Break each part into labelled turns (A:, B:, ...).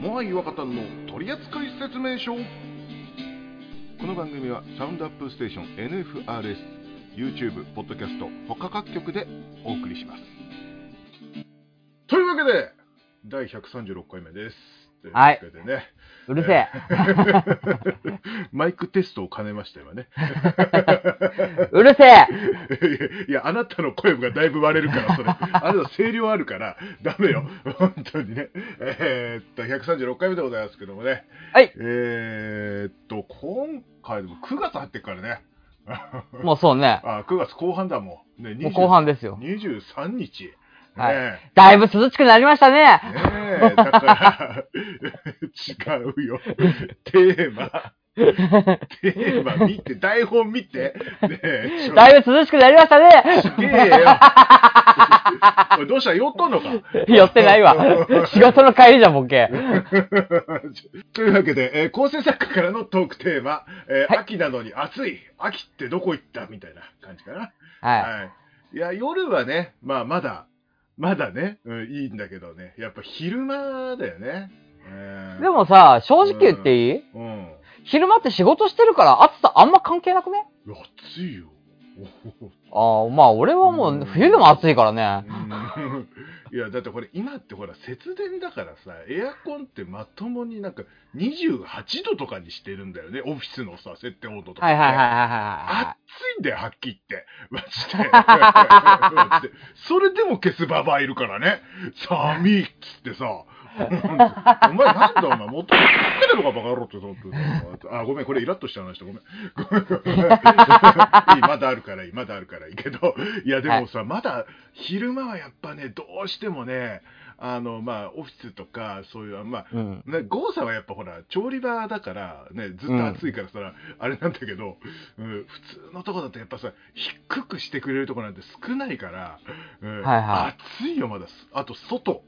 A: もは岩方の取扱説明書この番組はサウンドアップステーション NFRS YouTube、ポッドキャスト他各局でお送りしますというわけで第136回目ですというわけでね、
B: うるせえ。
A: マイクテストを兼ねました今ね
B: うるせえ。
A: いやあなたの声がだいぶ割れるからそれあなた声量あるからダメよ本当にねえーっと136回目でございますけどもね
B: はい
A: えーっと今回でも9月入ってっからね
B: もうそうね。
A: あ9月後半だもんね
B: もう後半ですよ。
A: 23日ねえ、
B: はいだいぶ涼しくなりましたね。
A: ねえ、だから、 違うよ。テーマ、テーマ見て、台本見て。ねえ、ちょ
B: だいぶ涼しくなりましたね。
A: すげえよ。 おいどうした酔っとんのか
B: 寄ってないわ。仕事の帰りじゃん、ボケ。
A: というわけで、えー構成作家からのトークテーマ、えー
B: はい
A: 秋なのに暑い、秋ってどこ行ったみたいな感じかな。
B: はい。
A: はい。いや、夜はね、まあ、まだ、まだね、うん、いいんだけどね、やっぱ昼間だよね。うん
B: で、もさ、正直言っていい
A: うん。
B: 昼間って仕事してるから暑さあんま関係なくね
A: いや暑いよ。
B: ああ、まあ俺はもう冬でも暑いからね。
A: うんいやだってこれ今ってほら節電だからさエアコンってまともになんか28度とかにしてるんだよねオフィスのさ設定温度とか
B: は
A: ね、
B: いはいはいはいは
A: 暑いんだよはっきり言ってマジでそれでも消すババアいるからね寒いっつってさ お前なんだお前もっと言ってるのかバカ野郎ってそのあごめんこれイラッとした話だごめんいいまだあるからいい、まだあるからいいけど、いや、でもさ、まだ昼間はやっぱね、どうしてもね、あのまあ、オフィスとか、そういう、まあ
B: い。うん。
A: ね、ゴーさんはやっぱほら、調理場だから、ね、ずっと暑いからさ、あれなんだけど、うん、普通のとこだとやっぱさ、低くしてくれるとこなんて少ないから、うん
B: はいは
A: 暑いよ、まだ、あと外、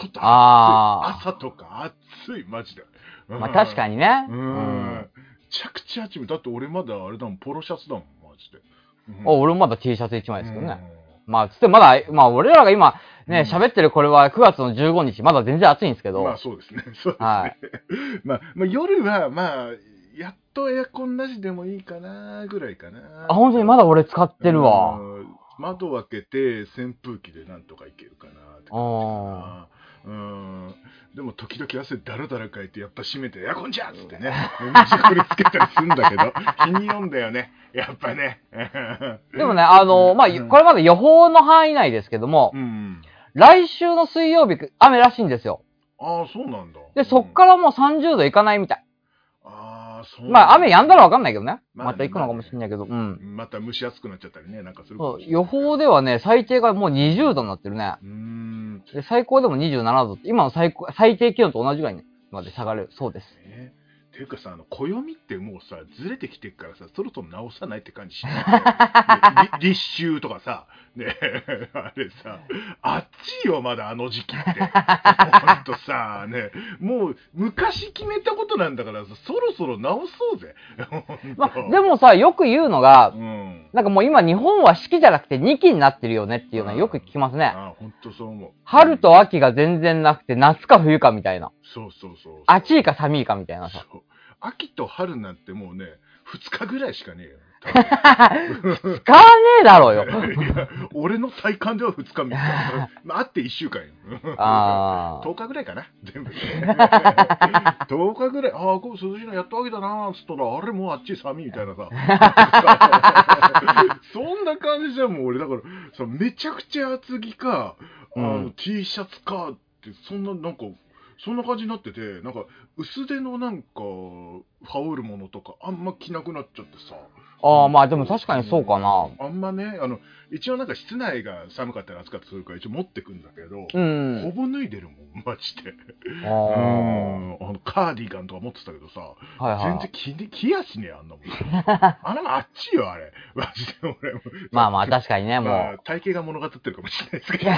A: 外暑い、
B: あー
A: 朝とか暑い、マジで。
B: まあ確かにね。
A: う
B: うんん。
A: 着地八分だって俺まだあれだもんポロシャツだもんマジで、うん
B: お俺もまだ T シャツ1枚ですけどね。
A: う
B: まあ、つってまだ、まあ俺らが今ね、
A: うん
B: 喋ってるこれは9月の15日、まだ全然暑いんですけ
A: ん
B: ど。
A: まあそうですねそうですね、
B: はい
A: まあ、まあ夜はまあやっとエアコンなしでもいいかなぐらいかな
B: あ、本当にまだ俺使ってるわ。
A: うん窓を開けて扇風機でなんとかいけるかなってあ
B: あ
A: ーうんでも時々汗だらだらかいてやっぱ閉めてエアコンじゃんっつってねこれつけたりするんだけ ど気に読んだよねやっぱね
B: あ。 でもね、あの、まあ、
A: うん
B: これまで予報の範囲内ですけども
A: う、ん
B: 来週の水曜日、雨らしいんですよ。
A: ああ、そうなんだ。
B: で、そっからもう30度いかないみたい。
A: うん。ああ、そうなんだ
B: まあ、雨止んだらわかんないけどね。
A: まあね
B: また行くのかもしれないけど、うん。
A: また蒸し暑くなっちゃったりね、なんかするか
B: そ
A: も
B: う
A: しれない
B: 予報ではね、最低がもう20度になってるね。
A: うーん。
B: で、最高でも27度って、今の最高、最低気温と同じぐらいにまで下がるそうです。
A: ねていうかさ、あの、暦ってもうさ、ずれてきてるからさ、そろそろ直さないって感じし ない、ねり立秋とかさ、ね あれさ、あっちよ、まだあの時期って。ほんとさ、ね、もう昔決めたことなんだからさ、そろそろ直そうぜ。ほんと
B: まあ、でもさ、よく言うのが
A: う、ん。
B: なんかもう今日本は四季じゃなくて二季になってるよねっていうのはよく聞きますね。
A: ああ、ほんとそう思う。
B: 春と秋が全然なくて夏か冬かみたいな。
A: そうそうそうそう。
B: 暑いか寒いかみたいなさ。
A: そう秋と春なんてもうね2日ぐらいしかねえよ
B: 使わねえだろうよ。
A: 多分いや俺の体感では2日3日まあ あって1週間よ
B: あ
A: 10日ぐらいかな全 部で10日ぐらいああこう涼しいのやったわけだなーっつったらあれもうあっち寒いみたい なさそんな感じじゃんもう俺だからさめちゃくちゃ厚着かあの、
B: うん
A: T シャツかってそんななんかそんな感じになっててなんか薄手のなんか羽織るものとかあんま着なくなっちゃってさ
B: あ。ああ、まあでも確かにそうかな。
A: あんまねあの一応なんか室内が寒かったり暑かったりするから一応持ってくんだけど、
B: うん。
A: ほぼ脱いでるもんマジで
B: ああ
A: う。んあのカーディガンとか持ってたけどさ、
B: はいはい。
A: 全然着ね着やしねえあんな もんあなんかあっちよあれマジで俺も
B: まあまあ確かにね、も
A: まあ
B: う。、
A: 体型が物語ってるかもしれないですけど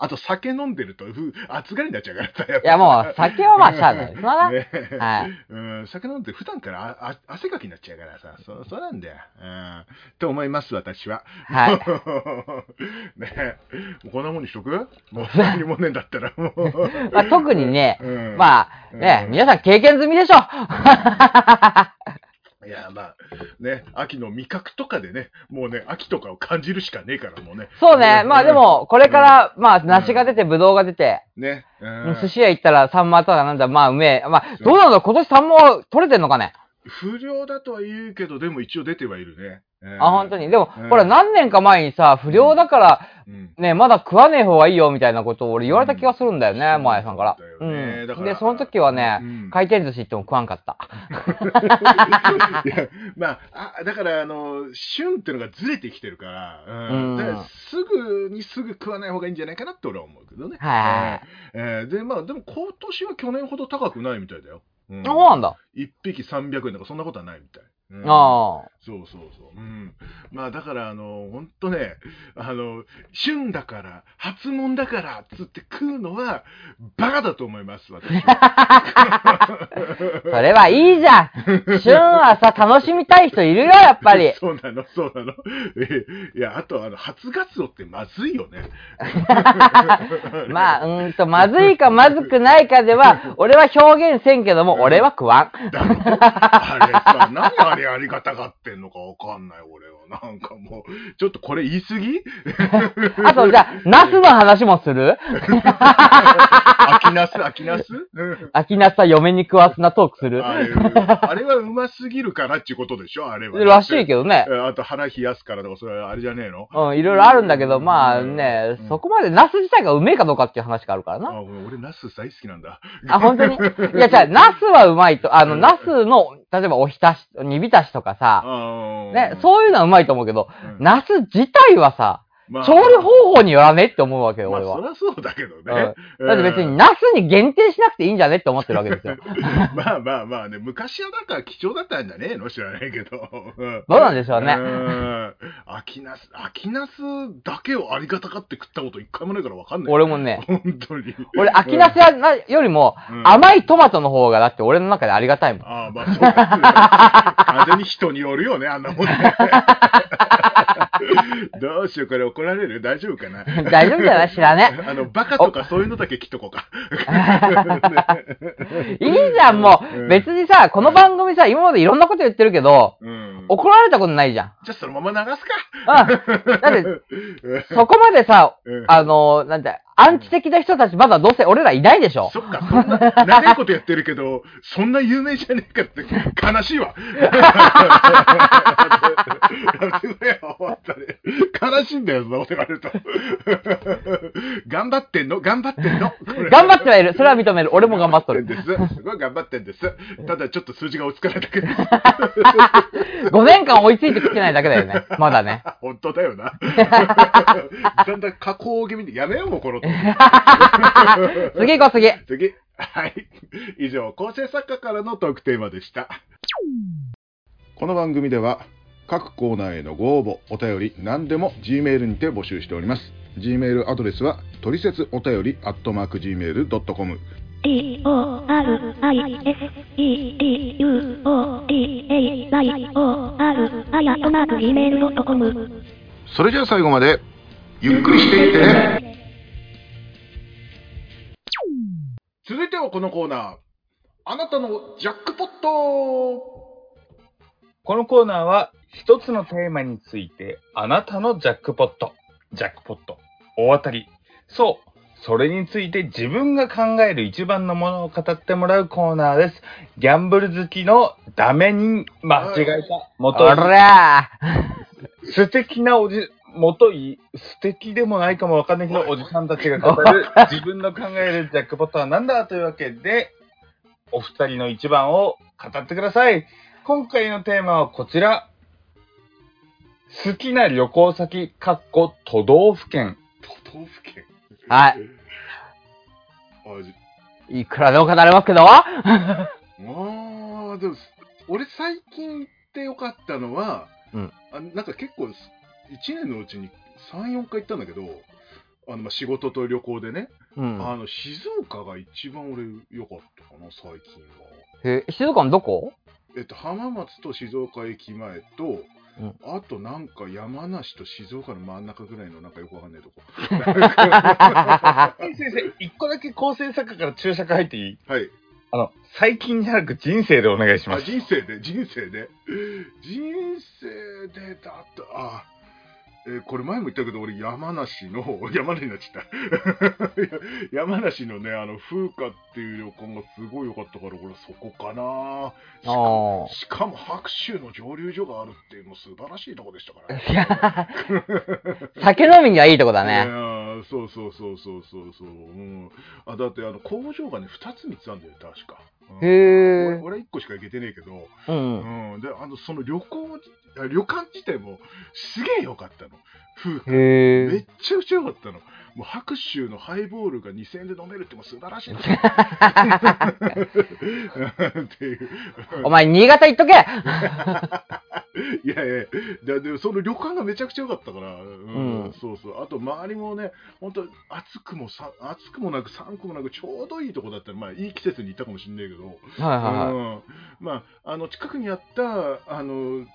A: あと酒飲んでるとふ暑がりになっちゃうからさやっ
B: い
A: ぱ
B: やもう酒はまあしゃあないですな。
A: ね
B: はい。
A: うん、酒飲んで普段からああ汗かきになっちゃうから、からさ、そそうなんだよ。うん。と思います、私は。
B: はい。
A: ねもうこんなもんにしとくもう何もねえんだったらもう。
B: まあ、特にね、
A: うん
B: まあ、ね、皆さん経験済みでしょ
A: いや、まあ、ね、秋の味覚とかでね、もうね、秋とかを感じるしかねえから、もうね。
B: そうね。まあでも、これから、まあ、梨が出て、ぶどうが出て、
A: ね。うん
B: 寿司屋行ったら、サンマとかなんだ、まあ、うめえ。まあ、どうなんだろう今年サンマ取れてんのかね
A: 不良だとは言うけど、でも一応出てはいるね。うん
B: あ、本当に。でも
A: うん、
B: ほら、何年か前にさ、不良だから、
A: うん
B: ね、まだ食わねえ方がいいよ、みたいなことを俺言われた気がするんだよね、
A: うん
B: 前さんから
A: そう。
B: う
A: だよねだか
B: ん。
A: ら
B: で、その時はね、
A: うん
B: 回転寿司行っても食わんかった。
A: いやまあ、あだから、あの、旬っていうのがずれてきてるから、うん
B: うん
A: だからすぐにすぐ食わない方がいいんじゃないかなって俺は思うけどね。
B: は
A: えーえーで、まあ、でも今年は去年ほど高くないみたいだよ。う
B: い。そうなんだ。
A: 1匹300円とかそんなことはないみたい。うん
B: あ
A: そうそうそう。うん。まあだから、あの、ほんとね、あの、旬だから、初物だから、つって食うのは、バカだと思います、私は。
B: あ。それはいいじゃ ん。旬はさ、楽しみたい人いるよ、やっぱり。
A: そうなの、そうなの。えいや、あと、あの、初ガツオってまずいよね。
B: まあ、うーんと、まず いかまずくないかでは、俺は表現せんけども、俺は食わん。
A: だろあれさ、 何あれやり方がってんのかわかんない、俺は。なんかもう、ちょっとこれ言い過ぎ
B: あと、じゃあ、ナスの話もする
A: 飽きなす、飽きなす、うん
B: 秋夏は嫁に食わすなトークする
A: あ れあれはうますぎるからっていうことでしょあれは。
B: らしいけどね。
A: えあと腹冷やすからとか、それはあれじゃねえの
B: うん、いろいろあるんだけど、まあ
A: う
B: ね
A: ん、
B: そこまでナス自体がうめえかどうかっていう話があるからな。
A: あ俺、ナス大好きなんだ。
B: あ、本当にいや、じゃあ、ナスはうまいと、あの、ナスの、例えばおひたし、煮浸しとかさ、
A: あ
B: ね、そういうのはうまいと思うけど、
A: うん
B: ナス自体はさ、
A: まあ
B: 調理方法によらねえって思うわけよ、
A: まあ、
B: 俺
A: そ
B: は。
A: りゃそうだけど
B: うん
A: ね。
B: だって別に、ナスに限定しなくていいんじゃねって思ってるわけです よ。
A: うん。まあまあまあね、昔はなんか貴重だったんじゃねえの知らないけど。うん
B: どうなんでしょうね。
A: うん秋ナス、秋ナスだけをありがたかって食ったこと一回もないからわかんない。
B: 俺もね、
A: 本当に。
B: 俺、秋ナスやなよりも、
A: うん
B: 甘いトマトの方が、だって俺の中でありがたいも ん。
A: ああ、まあそうだ。完全に人によるよね、あんなもん ね。どうしよう、これ怒られる大丈夫かな
B: 大丈夫じゃない知らね
A: あの、バカとかそういうのだけ切っとこうか。
B: え。いいじゃん、も
A: うん
B: う。別にさ、この番組さ、今までいろんなこと言ってるけど、
A: うん。
B: 怒られたことないじゃん。
A: じゃあそのまま流す
B: うん。
A: か。
B: だって
A: うん
B: そこまでさ、
A: うん
B: あの、なんて、アンチ的な人たちまだどうせ俺らいないでしょ。
A: そっか、そんな、長いことやってるけど、そんな有名じゃねえかって、悲しいわ。やめろよ、本当に。悲しいんだよ、そんなこと言われると。頑張ってんの頑張ってんの
B: 頑張ってはいる。それは認める。俺も頑張っと
A: るん
B: る。
A: です。すごい頑張ってんです。ただちょっと数字が追いつかないだけです。
B: 5年間追いついてきてないだけだよね。まだね。
A: 本当だよ な。だんだん加工気味に、やめよう、もうこ の。
B: 次行こう、次。
A: 次。はい。以上、構成作家からのトークテーマでした。この番組では、各コーナーへのご応募、お便り、何でも G メールにて募集しております。G メールアドレスは、トリセツお便り、アットマーク Gmail.com。
C: D O R I S E T U O T A Y O R あやとなく Gmail.com
A: それじゃあ最後まで、ゆっくりしていってね。続いてはこのコーナー。あなたのジャックポット
D: このコーナーは一つのテーマについてあなたのジャックポット、ジャックポット、大当たり。そう、それについて自分が考える一番のものを語ってもらうコーナーです。ギャンブル好きのダメ人、間違えた、元
B: お
D: い、
B: らー
D: 素敵なおじ、元い、素敵でもないかもわかんないけど、おじさんたちが語 る自分の考えるジャックポットは何だというわけで、お二人の一番を語ってください。今回のテーマはこちら。好きな旅行先、かっこ都道府県。
A: 都道府県
B: はい。
A: あじ
B: いくらでも語れますけど
A: ああ、でも、俺最近行ってよかったのは、
B: うん
A: あなんか結構、1年のうちに3、4回行ったんだけど、あのまあ仕事と旅行でね、
B: うん。
A: あの静岡が一番俺良かったかな、最近は。
B: え、静岡のどこ
A: えっと、浜松と静岡駅前と、
B: うん
A: あとなんか山梨と静岡の真ん中ぐらいのなんかよくわかんない とこ。
D: 先生、一個だけ構成作家から注釈入っていい
A: はい。
D: あの、最近じゃなく人生でお願いしま
A: あ、
D: す。
A: 人生で、人生で。人生でだと、あ、えーこれ前も言ったけど、俺山梨の、 山梨になっちゃった。 山梨のね、あの、風花っていう旅館がすごい良かったから、俺そこかなしかも
B: おー。
A: しかも白州の蒸留所があるっていうもう素晴らしいとこでしたからね。
B: いや、酒飲みにはいいとこだ
A: い
B: ね。
A: やーそうそうそうそうそうそう。うん、あだってあの工場がね2つ3つあるんだよ確か。うん
B: へえ
A: 俺俺1個しか行けてねえけど、
B: う。
A: うんん、であのその旅行あ旅館自体もすげえ良かったの。風景
B: へ
A: め
B: え
A: っちゃくちゃ良かったの。もう白州のハイボールが2000円で飲めるってもう素晴ら しいな っていう。
B: お前、新潟行っとけ
A: いやいやで、でその旅館がめちゃくちゃ良かったから、うん
B: うん
A: そうそう、あと周りもね、本当、暑くもさ暑くもなく、寒くもなく、ちょうどいいとこだったら、まあ、いい季節に行ったかもしれないけど、
B: はいはいはい。
A: うんまあ、あの近くにあったあの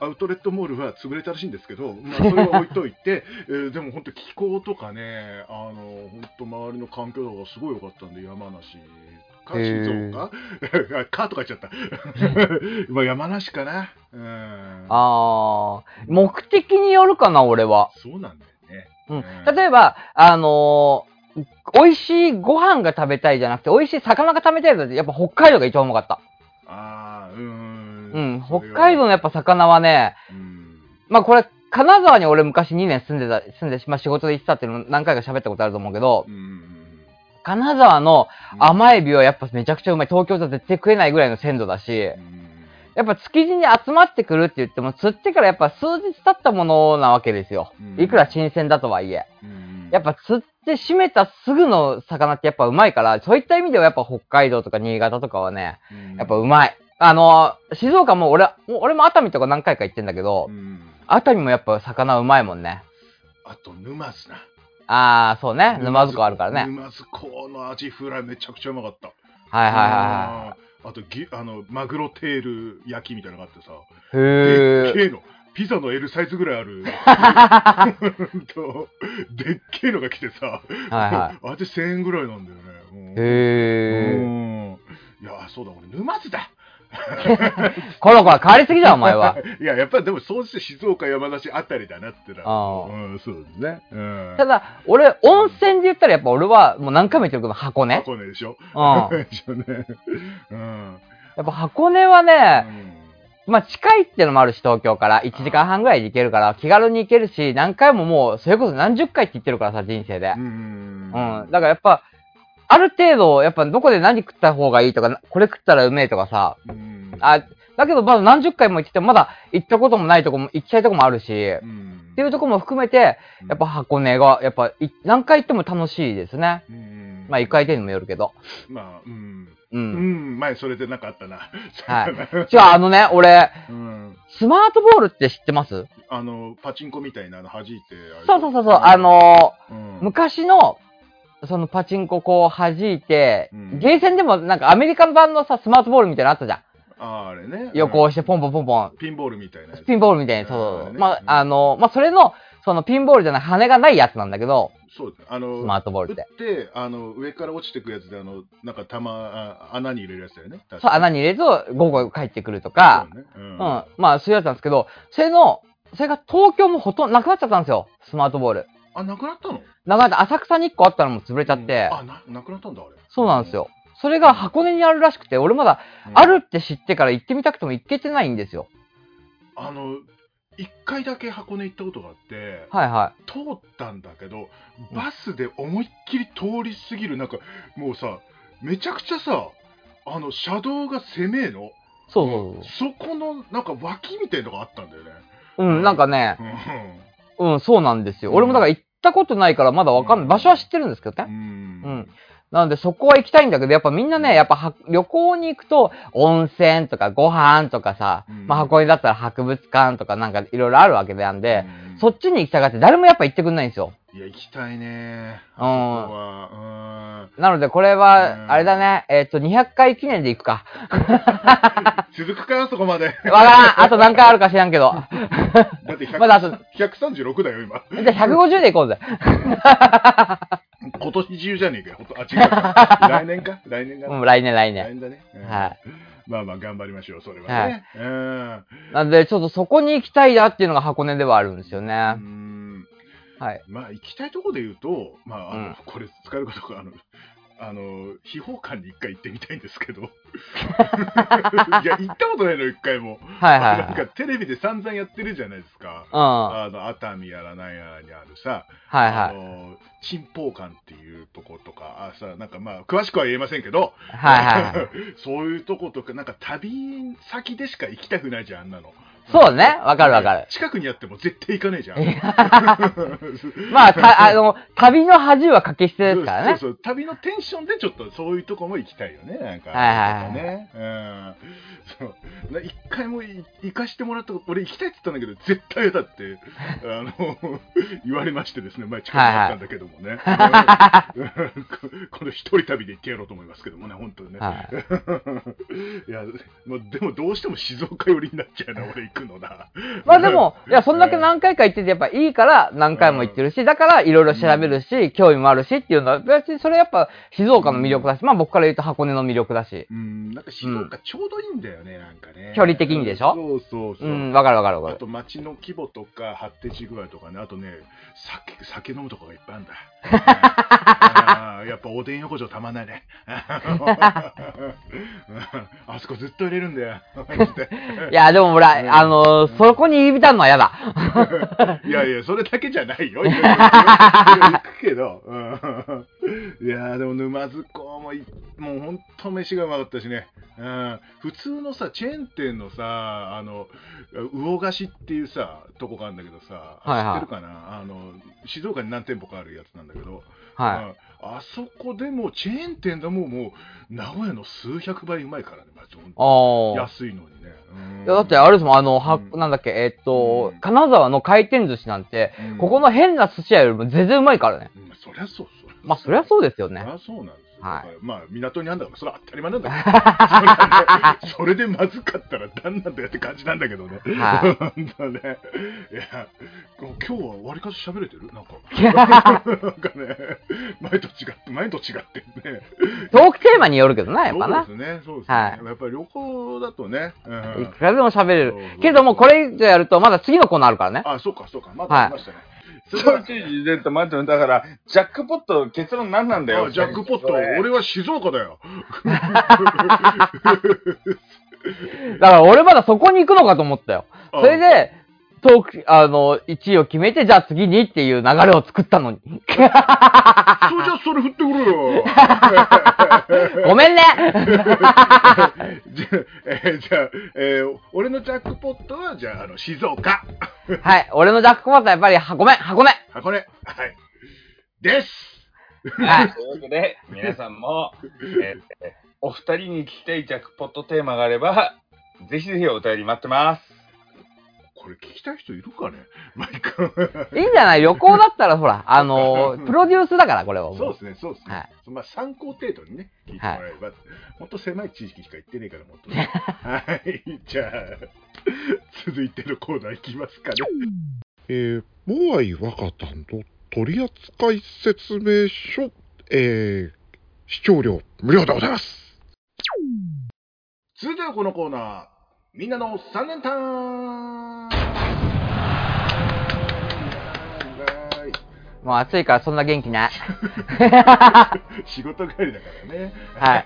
A: アウトレットモールは潰れたらしいんですけど、まあ、それは置いといて、 えーでも本当、気候とかね、あの本当、周りの環境とかがすごい良かったんで、山梨か
B: へ
A: 静
B: ー
A: 岡 かとか言っちゃった。 まあ山梨かな。うん。
B: あー、目的によるかな、俺は。
A: そうなんだよね。
B: うん、例えば、あのー美味しいご飯が食べたいじゃなくて、美味しい魚が食べたいだって、やっぱ北海道が一番うまかった。
A: ああ、うーん。
B: うん、
A: それ
B: 北
A: は
B: 海道のやっぱ魚はね、
A: うん。
B: まあこれ、金沢に俺昔2年住んでた、住んで、まあ仕事で行ってたっていうの何回か喋ったことあると思うけど
A: う、ん。
B: 金沢の
A: い。
B: 甘エビはやっぱめちゃくちゃうまい。東京じゃ絶対食えないぐらいの鮮度だし、
A: うん
B: やっぱ築地に集まってくるって言っても、釣ってからやっぱ数日経ったものなわけですよ
A: う。ん
B: いくら新鮮だとはいえ。
A: うん
B: やっぱ釣って締めたすぐの魚ってやっぱうまいから、そういった意味ではやっぱ北海道とか新潟とかはね、
A: うん
B: やっぱうまい。あの、静岡も俺、もう俺も熱海とか何回か行ってんだけど
A: う、ん
B: 熱海もやっぱ魚うまいもんね。
A: あと沼津な。
B: あー、そうね。沼津港あるからね。
A: 沼津港のアジフライめちゃくちゃうまかった。
B: はいはいはいは
A: あーあとぎあのマグロテール焼きみたいなのがあってさ、
B: い。へ
A: でっ
B: ー。
A: けえのピザの L サイズぐらいあるうんとでっけえのが来てさ、
B: はいは
A: あれで1000円ぐらいなんだよね。うん
B: い。へー。
A: うんいやそうだ俺沼津だ
B: コロコロ変わりすぎだお前は。
A: いややっぱりでもそうして静岡山梨あたりだなってな
B: あー
A: うん、そうですね、うん、
B: ただ、俺、温泉で言ったらやっぱ俺はもう何回も言ってるけど箱根。
A: 箱根でしょ、
B: うん。や
A: でしょね、うん
B: っぱ箱根は
A: う
B: ね、
A: ん
B: まあ近いってのもあるし、東京から。1時間半ぐらいで行けるから、気軽に行けるし、何回ももう、それこそ何十回って言ってるからさ、人生で
A: う。ん
B: うん。だからやっぱ、ある程度、やっぱどこで何食った方がいいとか、なこれ食ったらうめえとかさ、
A: うん
B: あ、だけどまだ何十回も行ってても、まだ行ったこともないとこも、行きたいとこもあるし、っ
A: うん
B: ていうとこも含めて、やっぱ箱根が、やっぱい、何回行っても楽しいですね。
A: うん
B: まあ、行く相手にもよるけど。
A: まあ、うん。う
B: う。
A: んん、前それでなんかあったな。
B: はい。じゃあ、あのね、俺、
A: うん。
B: スマートボールって知ってます
A: あの、パチンコみたいなの弾いて、
B: そうそうそうそう、あ、の
A: うん
B: ー、昔の、そのパチンコこう弾いて
A: う、ん
B: ゲーセンでもなんかアメリカン版のさ、スマートボールみたいなのあったじゃん。
A: ああれね。
B: 横押してポンポンポンポン
A: う、んピンボールみたいなやつ。
B: スピンボールみたいに、
A: あ
B: そ
A: ー
B: う。
A: ねう
B: ま
A: ん
B: あ、あのー、まあ、それの、そのピンボールじゃない、羽がないやつなんだけど、
A: そうです。あの、
B: スマートボール
A: 打
B: っ。
A: ってて、あの、上から落ちてくやつで、あの、なんか玉、あ穴に入れるやつだよね。
B: そう、穴
A: に。
B: に入れると午後帰ってくるとか、
A: そうねう。
B: うんん。まあ、そういうやつなんですけど、それの、それが東京もほとんどなくなっちゃったんですよ、スマートボール。
A: あ、なくなったの
B: なくなった、浅草に1個あったのも潰れちゃって、
A: あ、な、なくなったんだ、あれ。
B: そうなんですよ。それが箱根にあるらしくて、俺まだ
A: うん。
B: あるって知ってから行ってみたくても行けてないんですよ。
A: あの、一回だけ箱根行ったことがあって、
B: はいは
A: 通ったんだけどバスで思いっきり通り過ぎるなんかもうさめちゃくちゃさあの車道が狭えの
B: い。そうそう
A: そこのなんか脇みたいのがあったんだよね
B: そう。うん、なんかね、
A: う
B: うん、そうなんですよ。
A: うん
B: 俺もだから行ったことないからまだわかんな
A: う
B: い。
A: ん
B: 場所は知ってるんですけどね。
A: ん
B: うんなのでそこは行きたいんだけど、やっぱみんなね、やっぱは旅行に行くと、温泉とかご飯とかさ、
A: うん
B: まあ箱根だったら博物館とかなんかいろいろあるわけでなんで、
A: うん
B: そっちに行きたがって誰もやっぱ行ってくんないんですよ。
A: いや行きたいね
B: うん
A: あそこは
B: なのでこれ
A: うん
B: は、あれだね、えっ、と、200回記念で行くか。
A: う続くかな、そこま で。
B: わからん。あと何回あるか知らんけど。
A: だって100
B: まだあと
A: 136だよ、 今。
B: じゃあ150でいこうぜ。
A: 今年中じゃねえかよ。ほんとあ、違うか。 来年か来年だ
B: う
A: な。
B: ん、来年
A: 来
B: 来年。
A: 年だね。うん
B: は
A: まあまあ、頑張りましょう、それはね。うん
B: い。なんで、ちょっとそこに行きたいなっていうのが箱根ではあるんですよね。
A: うーん
B: はい。
A: まあ、行きたいところで言うと、まあ、あの
B: うん
A: これ使えるかどうか、あの、あの、秘宝館に一回行ってみたいんですけ ど。いや、行ったことないの、一回も。
B: はいはい
A: なん
B: はい。
A: かテレビで散々やってるじゃないですか。
B: うん。は
A: あの、熱海やらなんやらにあるさ、
B: いは
A: あ
B: い。
A: の、珍宝館っていうとことか、あさ、なんかまあ、詳しくは言えませんけど、
B: はいはいはい。
A: そういうとことか、なんか旅先でしか行きたくないじゃん、あんなの。
B: そうね。わかるわかる。
A: 近くにあっても絶対行かねえじゃん。
B: まあ、た、あの、旅の恥は掛け捨てですからね。
A: そうそう旅のテンションでちょっとそういうとこも行きたいよねなんか
B: はいはいはい
A: ねうんそうな一回もい行かしてもらったこと俺行きたいって言ったんだけど絶対嫌だってあの 言われましてですね前近くにあったんだけどもね、 うん ここの一人旅で行ってやろうと思いますけどもね本当にね、
B: はい
A: い、やもうでもどうしても静岡寄りになっちゃうな俺行くのな
B: まあでも、いや、そんだけ何回か行ってて、やっぱいいから何回も行ってるし、だからいろいろ調べるし、興味もあるしっていうのは、別にそれやっぱ静岡の魅力だし、まあ僕から言うと箱根の魅力だし。
A: うんなんか静岡ちょうどいいんだよね、なんかね
B: 距離的にでしょ
A: そうそうそうう、
B: ん、わかるわかるわ
A: あ
B: かる。
A: と町の規模とか発展し具合とかね、あとね、酒酒飲むとこがいっぱいあるんだ。あ ーやっぱおでん横丁たまんないね。あそこずっと入れるんだよ。
B: いや、でもほら、
A: うん
B: あのーそこに入り浸るのは嫌だ。
A: いやいや、それだけじゃないよ。いろいろ行くけど。うんいやーでも沼津港もい、もうほんと飯がうまかったしね。うん普通のさ、チェーン店のさ、あの、魚菓子っていうさ、とこがあるんだけどさ、
B: はい
A: 知
B: はい
A: ってるかなあの、静岡に何店舗かあるやつなんだけど、
B: は
A: うんあそこでもチェーン店でももう、名古屋の数百倍うまいからね、まずほん
B: い。
A: と
B: おー。
A: 安いのにね。うん
B: いやだってあれですもん、あの、は、
A: うん
B: なんだっけ、えーっと
A: うん、
B: 金沢の回転寿司なんて、
A: うん
B: ここの変な寿司屋よりも全然うまいからね。
A: うんそりゃそうそう。
B: まあそりゃそうですよ
A: そり
B: ね。
A: ゃそうなんですよ。
B: は
A: だ
B: い
A: からまあ、港にあんだから、それは当たり前 なんだけど それで、それでまずかったら、何なんだよって感じなんだけどね。
B: はい
A: 本当ね。いや、今日は割りかし喋れてるなんか。なんかね、前と違って、前と違ってね。
B: トークテーマによるけどな、やっぱな。
A: そうですね、そうですね。
B: は
A: やっぱり旅行だとね。う
B: い
A: ん
B: くらでも喋れる
A: そうそう。
B: けども、これ以上やると、まだ次のコーナーあるからね。
A: あ、そうか、そうか。ま
B: は
A: だ
B: い
A: ありましたね。そ
D: ち
A: れで
D: ょ
A: はい
D: ちょい、ちょっと待って、だから、ジャックポット、結論何なんだよ。
A: あジャックポット、俺は静岡だよ。
B: だから俺まだそこに行くのかと思ったよ。それで、トーク、あの、1位を決めて、じゃあ次にっていう流れを作ったのに。
A: それじゃあそれ振ってくれよ。
B: ごめんね
A: じゃあ、 えーじゃあ、えー俺のジャックポットは、じゃあ、あの、静岡、
B: はい、俺のジャックポットはやっぱり、はごめん、箱根
A: 箱根、はい、です。
B: はい。
D: というわけで、皆さんも、えーお二人に聞きたいジャックポットテーマがあれば、ぜひぜひお便り待ってます。
A: これ聞きたい人いるかね毎回。
B: いいんじゃない旅行だったら、ほら、あの、プロデュースだから、これは。
A: そうですね、そうですね。
B: はい
A: まあ、参考程度にね、聞いてもらえれば、ほんと狭い知識しか言ってねえから、もっとね。はい、じゃあ、続いてのコーナーいきますかね。
E: えー、モアイ若田の取扱説明書、えー、視聴料無料でございます。
A: 続いてはこのコーナー、みんなの3連単
B: もう暑いからそんな元気 ない。
A: 仕事帰りだからね。
B: はい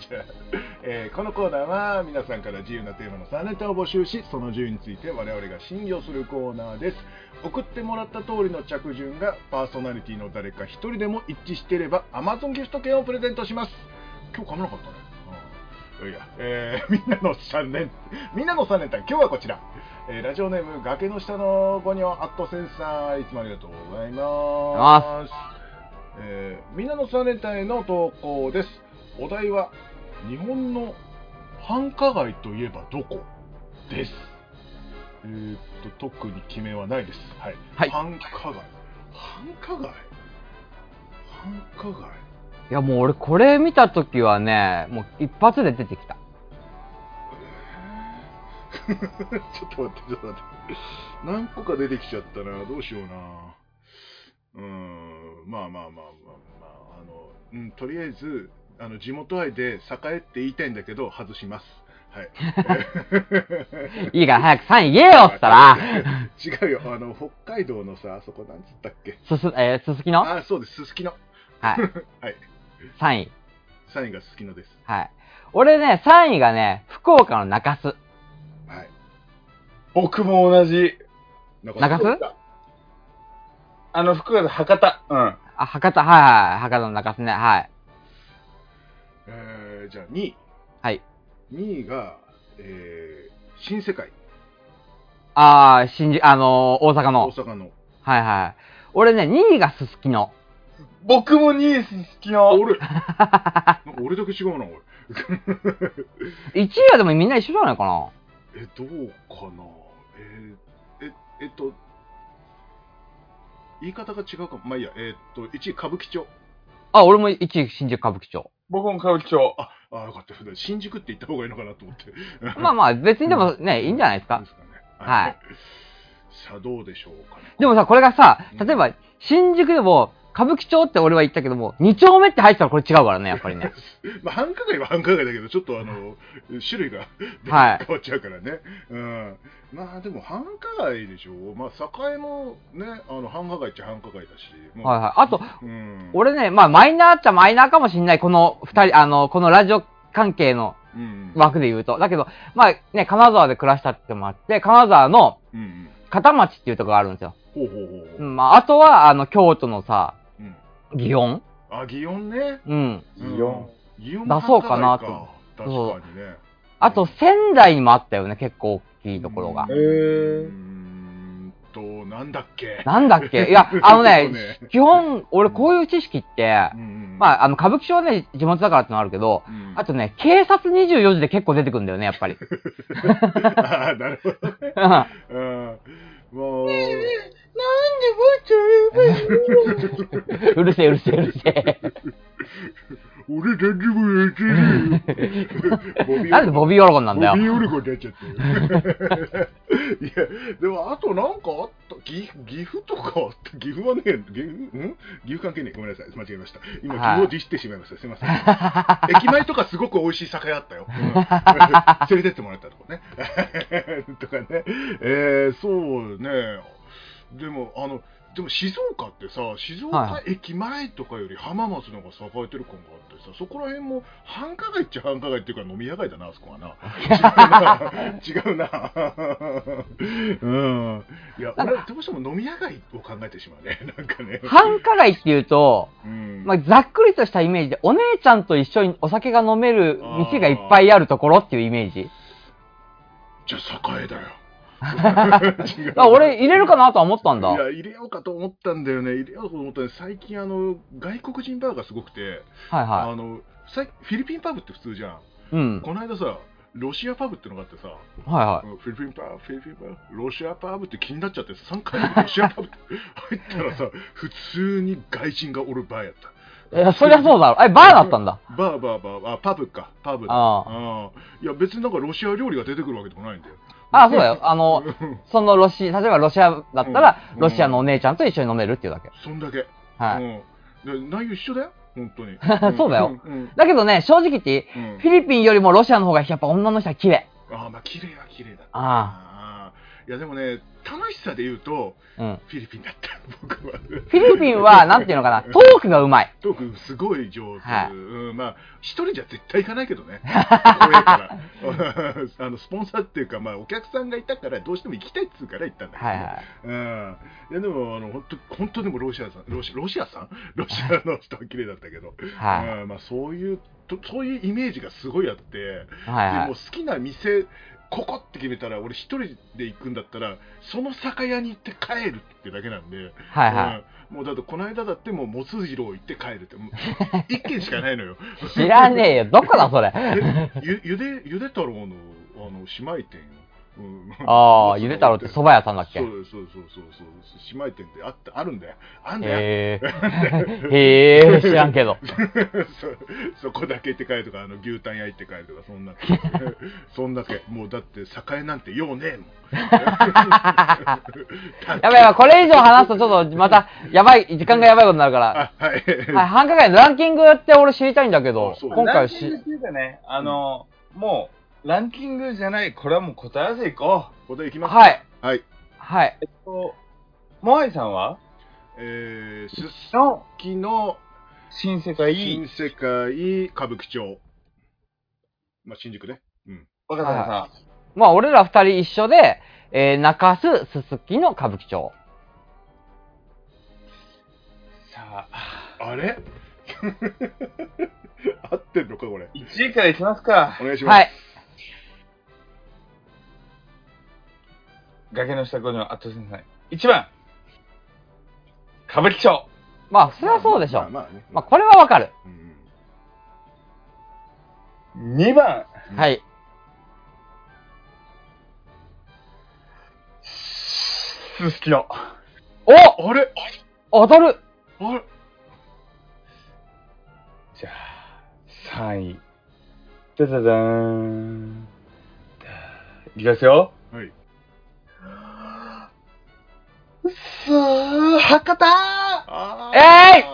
A: じゃあ、 えーこのコーナーは皆さんから自由なテーマの3ネタを募集し、その自由について我々が審議をするコーナーです。送ってもらった通りの着順がパーソナリティの誰か一人でも一致していれば Amazon ギフト券をプレゼントします。今日噛まなかったね。うんいや、えーみん なの3連、みんなの3連単、今日はこちら。えーラジオネーム、崖の下のゴニョアットセンサー、いつもありがとうございます。えーみんなの3連単への投稿です。お題は、日本の繁華街といえばどこです。えーっと、特に決めはないです。はい。
B: はい
A: 繁華街。繁華街繁華街
B: いや、もう俺これ見たときはね、もう一発で出てきた。
A: えちょっと待って、ちょっと待って。何個か出てきちゃったな。どうしような。うーん、まあまあまあまあまあ、あの、うん、とりあえず、あの、地元愛で栄えって言いたいんだけど、外します。はい。
B: いいから早く3位言 えよっつったら、
A: 違うよ、あの、北海道のさ、あそこなんつったっけ。
B: すす、えー、すすきのはい。
A: あ、そうです、すすきの。 はい
B: 3位。
A: サインがすすきのです。
B: はい。俺ね、3位がね、福岡の中洲。
A: はい。
D: 僕も同じ。
B: 中洲
D: あの、福岡の博多。うん。
B: あ、博多、はいはいはい。博多の中洲ね。はい。
A: えー、じゃあ2位。
B: はい。
A: 2位が、えー、新世界、
B: あー、新宿、あのー、大阪
A: 大
B: の。
A: 阪の。
B: はいはい。俺ね、2位がすすきの。
D: 僕も2位好き
A: あ、
D: の。
A: 俺 なんか俺だけ違うな、俺。
B: 1位はでもみんな一緒じゃないかな。
A: え、どうかなえーえ、えっと、言い方が違うかも。まあいいや、えっと、1位歌舞伎町。
B: あ、俺も1位新宿歌舞伎町。
D: 僕も歌舞伎町。
A: あ、よかった。新宿って言った方がいいのかなと 思って。
B: まあまあ、別にでもね、いいんじゃないです
A: で
B: か。
A: すかね。
B: はい。
A: さあ、どうでしょうかね。
B: でもさ、これがさ、例えば、新宿でも、歌舞伎町って俺は言ったけども、2丁目って入ってたらこれ違うからね、やっぱりね。
A: まあ、繁華街は繁華街だけど、ちょっとあの、種類が
B: はい
A: 変わっちゃうからね。うん。まあ、でも繁華街でしょ。まあ、栄もね、あの、繁華街っちゃ繁華街だし。ま
B: はいはい。あと、
A: うん。
B: 俺ね、まあ、マイナーっちゃマイナーかもしんない、この二人、あの、このラジオ関係の
A: うん、
B: 枠で言うと。だけど、まあね、金沢で暮らしたってのもあって、金沢の
A: うんうん。
B: 片町っていうとこがあるんですよ。
A: ほうほうほう
B: う
A: ほう。
B: ん、まあ、あとは、あの、京都のさ、
A: うん。
B: 祇園
A: あ、祇園ね。
B: うん。
A: うん
D: 祇園。
A: 祇園
B: 出そうかなと
A: 繁華街か確かにね。
B: あと、仙台にもあったよね、結構大きいところが
A: う。
D: へ
A: ん
D: え
A: うーんと、なんだっけ。、
B: なんだっけいやあのね
A: そうね、
B: 基本、俺こういう知識って
A: う、んうん、
B: ま
A: あ、
B: あ、あの、歌舞伎町はね、地元だからってのあるけど、
A: うん、
B: あとね、警察24時で結構出てくるんだよね、やっぱり。
A: あーなるほどね。
B: うん
A: うん。もう、
B: うるせえ、うるせえ、うるせえ。
A: 俺大丈夫やってるよ
B: なんでボビー・オロゴンなんだ
A: ボビ
B: よ。
A: ーオルゴンになっちゃったよ。 いや、でもあとなんかあった、岐岐阜とかあった、岐阜はね、岐阜ん岐阜関係ねえ、ごめんなさい、間違えました。今、岐
B: はい
A: 阜をディスってしまいました、すいません。駅前とかすごく美味しい酒屋あったよ。うん 連れてってもらったとこね。 とかね、えー、そうね、でも、あの、でも静岡ってさ、静岡
B: は
A: 駅前とかより浜松の方が栄えてる感があってさ、そこら辺も繁華街っちゃ繁華街っていうか飲み屋街だな、あそこは な。違うな。 違うな。うん。いや、俺、どうしても飲み屋街を考えてしまうね。なんかね。
B: 繁華街っていうと、
A: うん。
B: まあ、ざっくりとしたイメージで、お姉ちゃんと一緒にお酒が飲める店がいっぱいあるところっていうイメージ。
A: じゃあ、栄え だよ。 違う
B: あ俺、入れるかなとは思ったんだ
A: い。や、入れようかと思ったんだよね。入れようと思ったんで、最近、あの、外国人バーがすごくて、
B: はいは
A: あの、さいフィリピンパブって普通じゃん。
B: い。うん。
A: この間さ、ロシアパブってのがあってさ、
B: はいは
A: うんフィリピンパブ、フィリピンパブ、ロシアパブって気になっちゃって、3回目ロシアパブ って入ったらさ、普通に外人がおる場合やった。
B: い。いや、そりゃそうだろ。え、バーだったんだ。
A: バーバーバー、あ、パブか、パブだ。
B: あ
A: うんいや、別になんかロシア料理が出てくるわけでもないんだよ。
B: あ、そうだ よ。あの、
A: うん
B: そのロシ、例えばロシアだったら
A: う、ん
B: ロシアのお姉ちゃんと一緒に飲めるっていうだけ。
A: そんだけ。
B: はい。
A: うん。で内容一緒だよ、本 当に。ん
B: そうだよ。
A: んうん
B: だけどね、正直言っていい、
A: うん
B: フィリピンよりもロシアの方がやっぱ女の人は綺麗。
A: ああ、まあ、綺麗は綺麗だった。
B: あ
A: あーいや、でもね、楽しさで言うと、
B: あ。うん。
A: フィリピンだった、 僕は。
B: フィリピンは、なんていうのかな、トークがうまい。
A: トークすごい上手、
B: はい
A: うん、まあ一人じゃ絶対行かないけどね 親から あのスポンサーっていうか、まあ、お客さんがいたからどうしても行きたいっつうから行ったんだけど
B: は
A: ね、
B: いはい。
A: うんいやでもあの本当本当でもロシアさんロシロシアさんロシアの人は綺麗だったけど、
B: は
A: うんまあ、そういうとそういうイメージがすごいあって、
B: い。はい
A: で
B: は
A: もう
B: い。
A: 好きな店ここって決めたら俺一人で行くんだったらその酒屋に行って帰るってだけなんで、
B: はいはい。
A: うんもうだってこの間だってもうもつじろう行って帰るって もう一軒しかないのよ
B: 知らねえよ。どこだ、それ。
A: えゆゆでゆで太郎のあの姉妹店ようん、
B: あ あ、ゆで太郎って蕎麦屋さんだっけ
A: そうそうそうそうそう姉妹店ってあったあるんだよあんだよ、
B: へえ。へえ、知らんけど。
A: そそこだけ行って帰るとかあの牛タン焼いて帰るとかそん なそんだけもうだって栄なんてようねえもん
B: やばいやばい、これ以上話すとちょっとまた、やばい、時間がやばいことになるから。
A: あはい
B: はい、繁華街のランキングって俺知りたいんだけど
A: あ、そう
B: 今
D: ラ
B: 回
D: ンキング
B: し、
D: っていうかね、あの、もう、ランキングじゃない、これはもう答え合わせいこ
A: ここで行きますか
B: はい、
A: はい
B: はい。
D: う。えっと、モアイさんは
A: えー、すす
D: の
A: きの
D: 新世
A: 新
D: 界、
A: 世界歌舞伎町まあ新宿ね
D: 若田さん。
B: まあ俺ら二人一緒で、えー、中洲、すすきの歌舞伎町。
D: さあ、
A: あれ 合ってんのかこれ
D: 1位からいきますか。
A: お願いします、
B: はい。
D: 崖の下5の圧倒戦い1番、歌舞伎町。
B: まあ、それはそうでしょ
A: まあ。まあね
B: まあ、これはわかる。
A: うん
D: 2番、
A: うん
B: はい。
D: すすきの。
B: お
A: あれ
B: 当たる
A: あれ
D: じゃあ、3位。ダダダーン。いきますよ。
A: はい。
D: すー、博多
A: あ
B: えい
A: ー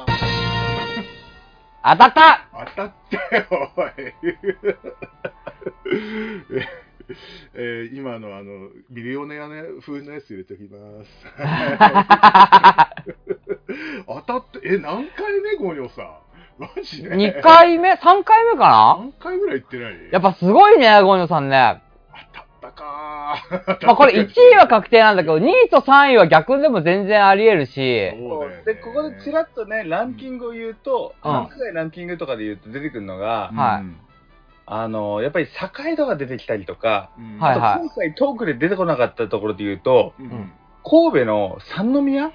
B: 当たった
A: 当たったよ、おい。 えー、今のあのミリオネアね風のやつ入れておき ます。当たってえ何回目ゴニョさん。マジで。
B: !2 回目 ?3 回目かな
A: 何回ぐらい行ってない。
B: やっぱすごいね、ゴニョさんね。
A: 当たったかー。
B: まあこれ1位は確定なんだけど、2位と3位は逆でも全然あり得るし、
A: そうだよね
D: で、ここでちらっとね、ランキングを言うと、
B: うん
D: 繁華街ランキングとかで言うと出てくるのが、
B: はい
D: あの、やっぱり境戸が出てきたりとか、
A: うん
B: はいはい
D: あと今回トークで出てこなかったところで言うと、
A: うん
B: うん
D: 神戸の三宮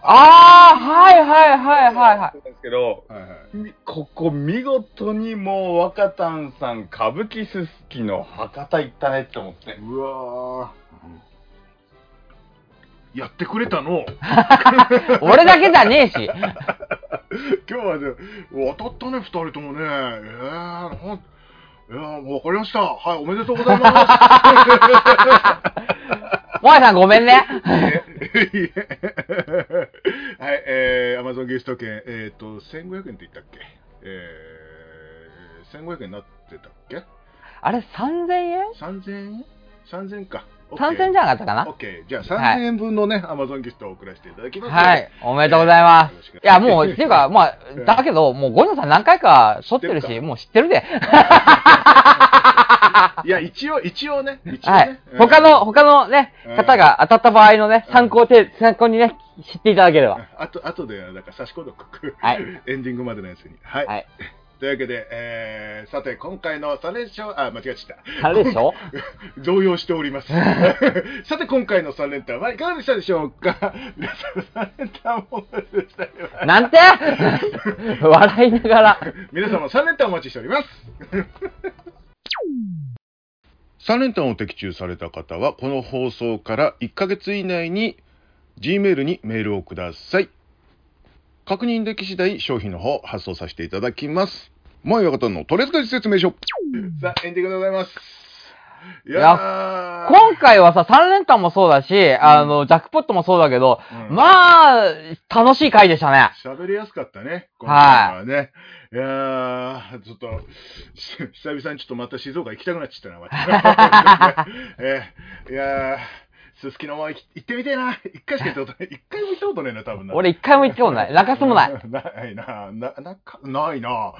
B: あー、はいはいはいはいはい。
D: なんですけど、
A: はいはい。
D: みここ見事にもう若旦さん歌舞伎すすきの博多行ったねって思って。
A: うわーやってくれたの
B: 俺だけじゃねえし。
A: 今日はねうわ当たったね二人ともねえー、なんいやーわかりましたはいおめでとうござい ま
B: もやさんごめんね。
A: すいえはいえー、アマゾンギフト券えっ、ー、と1500円って言ったっけえー、1500円になってたっけ
B: あれ、3000円
A: 3000円3000円か
B: ?3000 円じゃなかったかな
A: OK じゃあ3000円分のね、アマゾンギフトを送らせていただきます
B: はい。おめでとうございます。
A: す
B: いや、もう、っていうか、まあ、だけど、もう、ゴニョさん何回か撮ってる
A: 知ってる
B: し、
A: か
B: もう知ってるで。
A: いや、一応、一応ね。一応
B: は
A: ね
B: い。他の、他のね
A: うん、
B: 方が当たった場合のね、参考て、参考にね、知っていただけれ
A: うん
B: ば。
A: あと、あとで、だから差し込んどく。
B: はい。
A: エンディングまでのやつに。はい。
B: はい
A: というわけで、えー、さて、今回のサレンション、あ、間違えちゃっ
B: あれでしょ
A: た。動揺しております。さて、今回のサレンタンはいかがでしたでしょうか 皆さん、サレンタンもでしたよ
B: なんて 笑いながら。
A: 皆様、サレンタンお待ちしており ます。サレンタンを的中された方は、この放送から1ヶ月以内に G メールにメールをください。確認でき次第商品の方発送させていただきます。前親方の取り扱い説明書。さあ、エンディングでございます。い
B: いや
A: ー
B: 今回はさ、3連単もそうだし、あの、ジャックポットもそうだけど、
A: うん
B: まあ、楽しい回でしたね。
A: 喋りやすかったね、今回
B: は
A: はね。い、やー、ちょっと、し久々にちょっとまた静岡行きたくなっちゃったな、また えーいやー、すすきのも行き行ってみてえな。一回しか行ったことない。一回も行ったことないな、多分な。
B: 俺一回も行ってもない。中洲もない。
A: うん。 ないな。な、なか、ないな。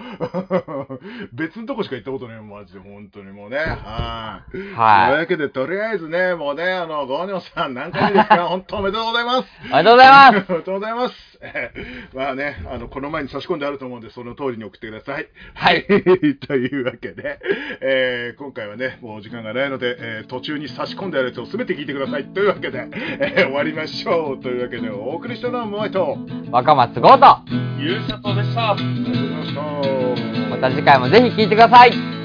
A: 別のとこしか行ったことないもん、マジで。本当にもうね。はい。という
B: はい。
A: わけで、とりあえずね、もうね、あの、ゴーニョさん何回目です か本当おめでとうございます。
B: ありがとうござい
A: あ
B: ます。
A: りがとうございます。 えーまあね、あの、この前に差し込んであると思うんで、その通りに送ってください。
B: はい。
A: というわけで、えー今回はね、もう時間がないので、えー途中に差し込んであるやつを全て聞いてください。というわけで、えー終わりましょう。というわけで、お送りしたのはモアイと、
B: 若松豪と、
D: 勇者とでした。
A: ありがとうございました
B: また次回もぜひ聞いてください。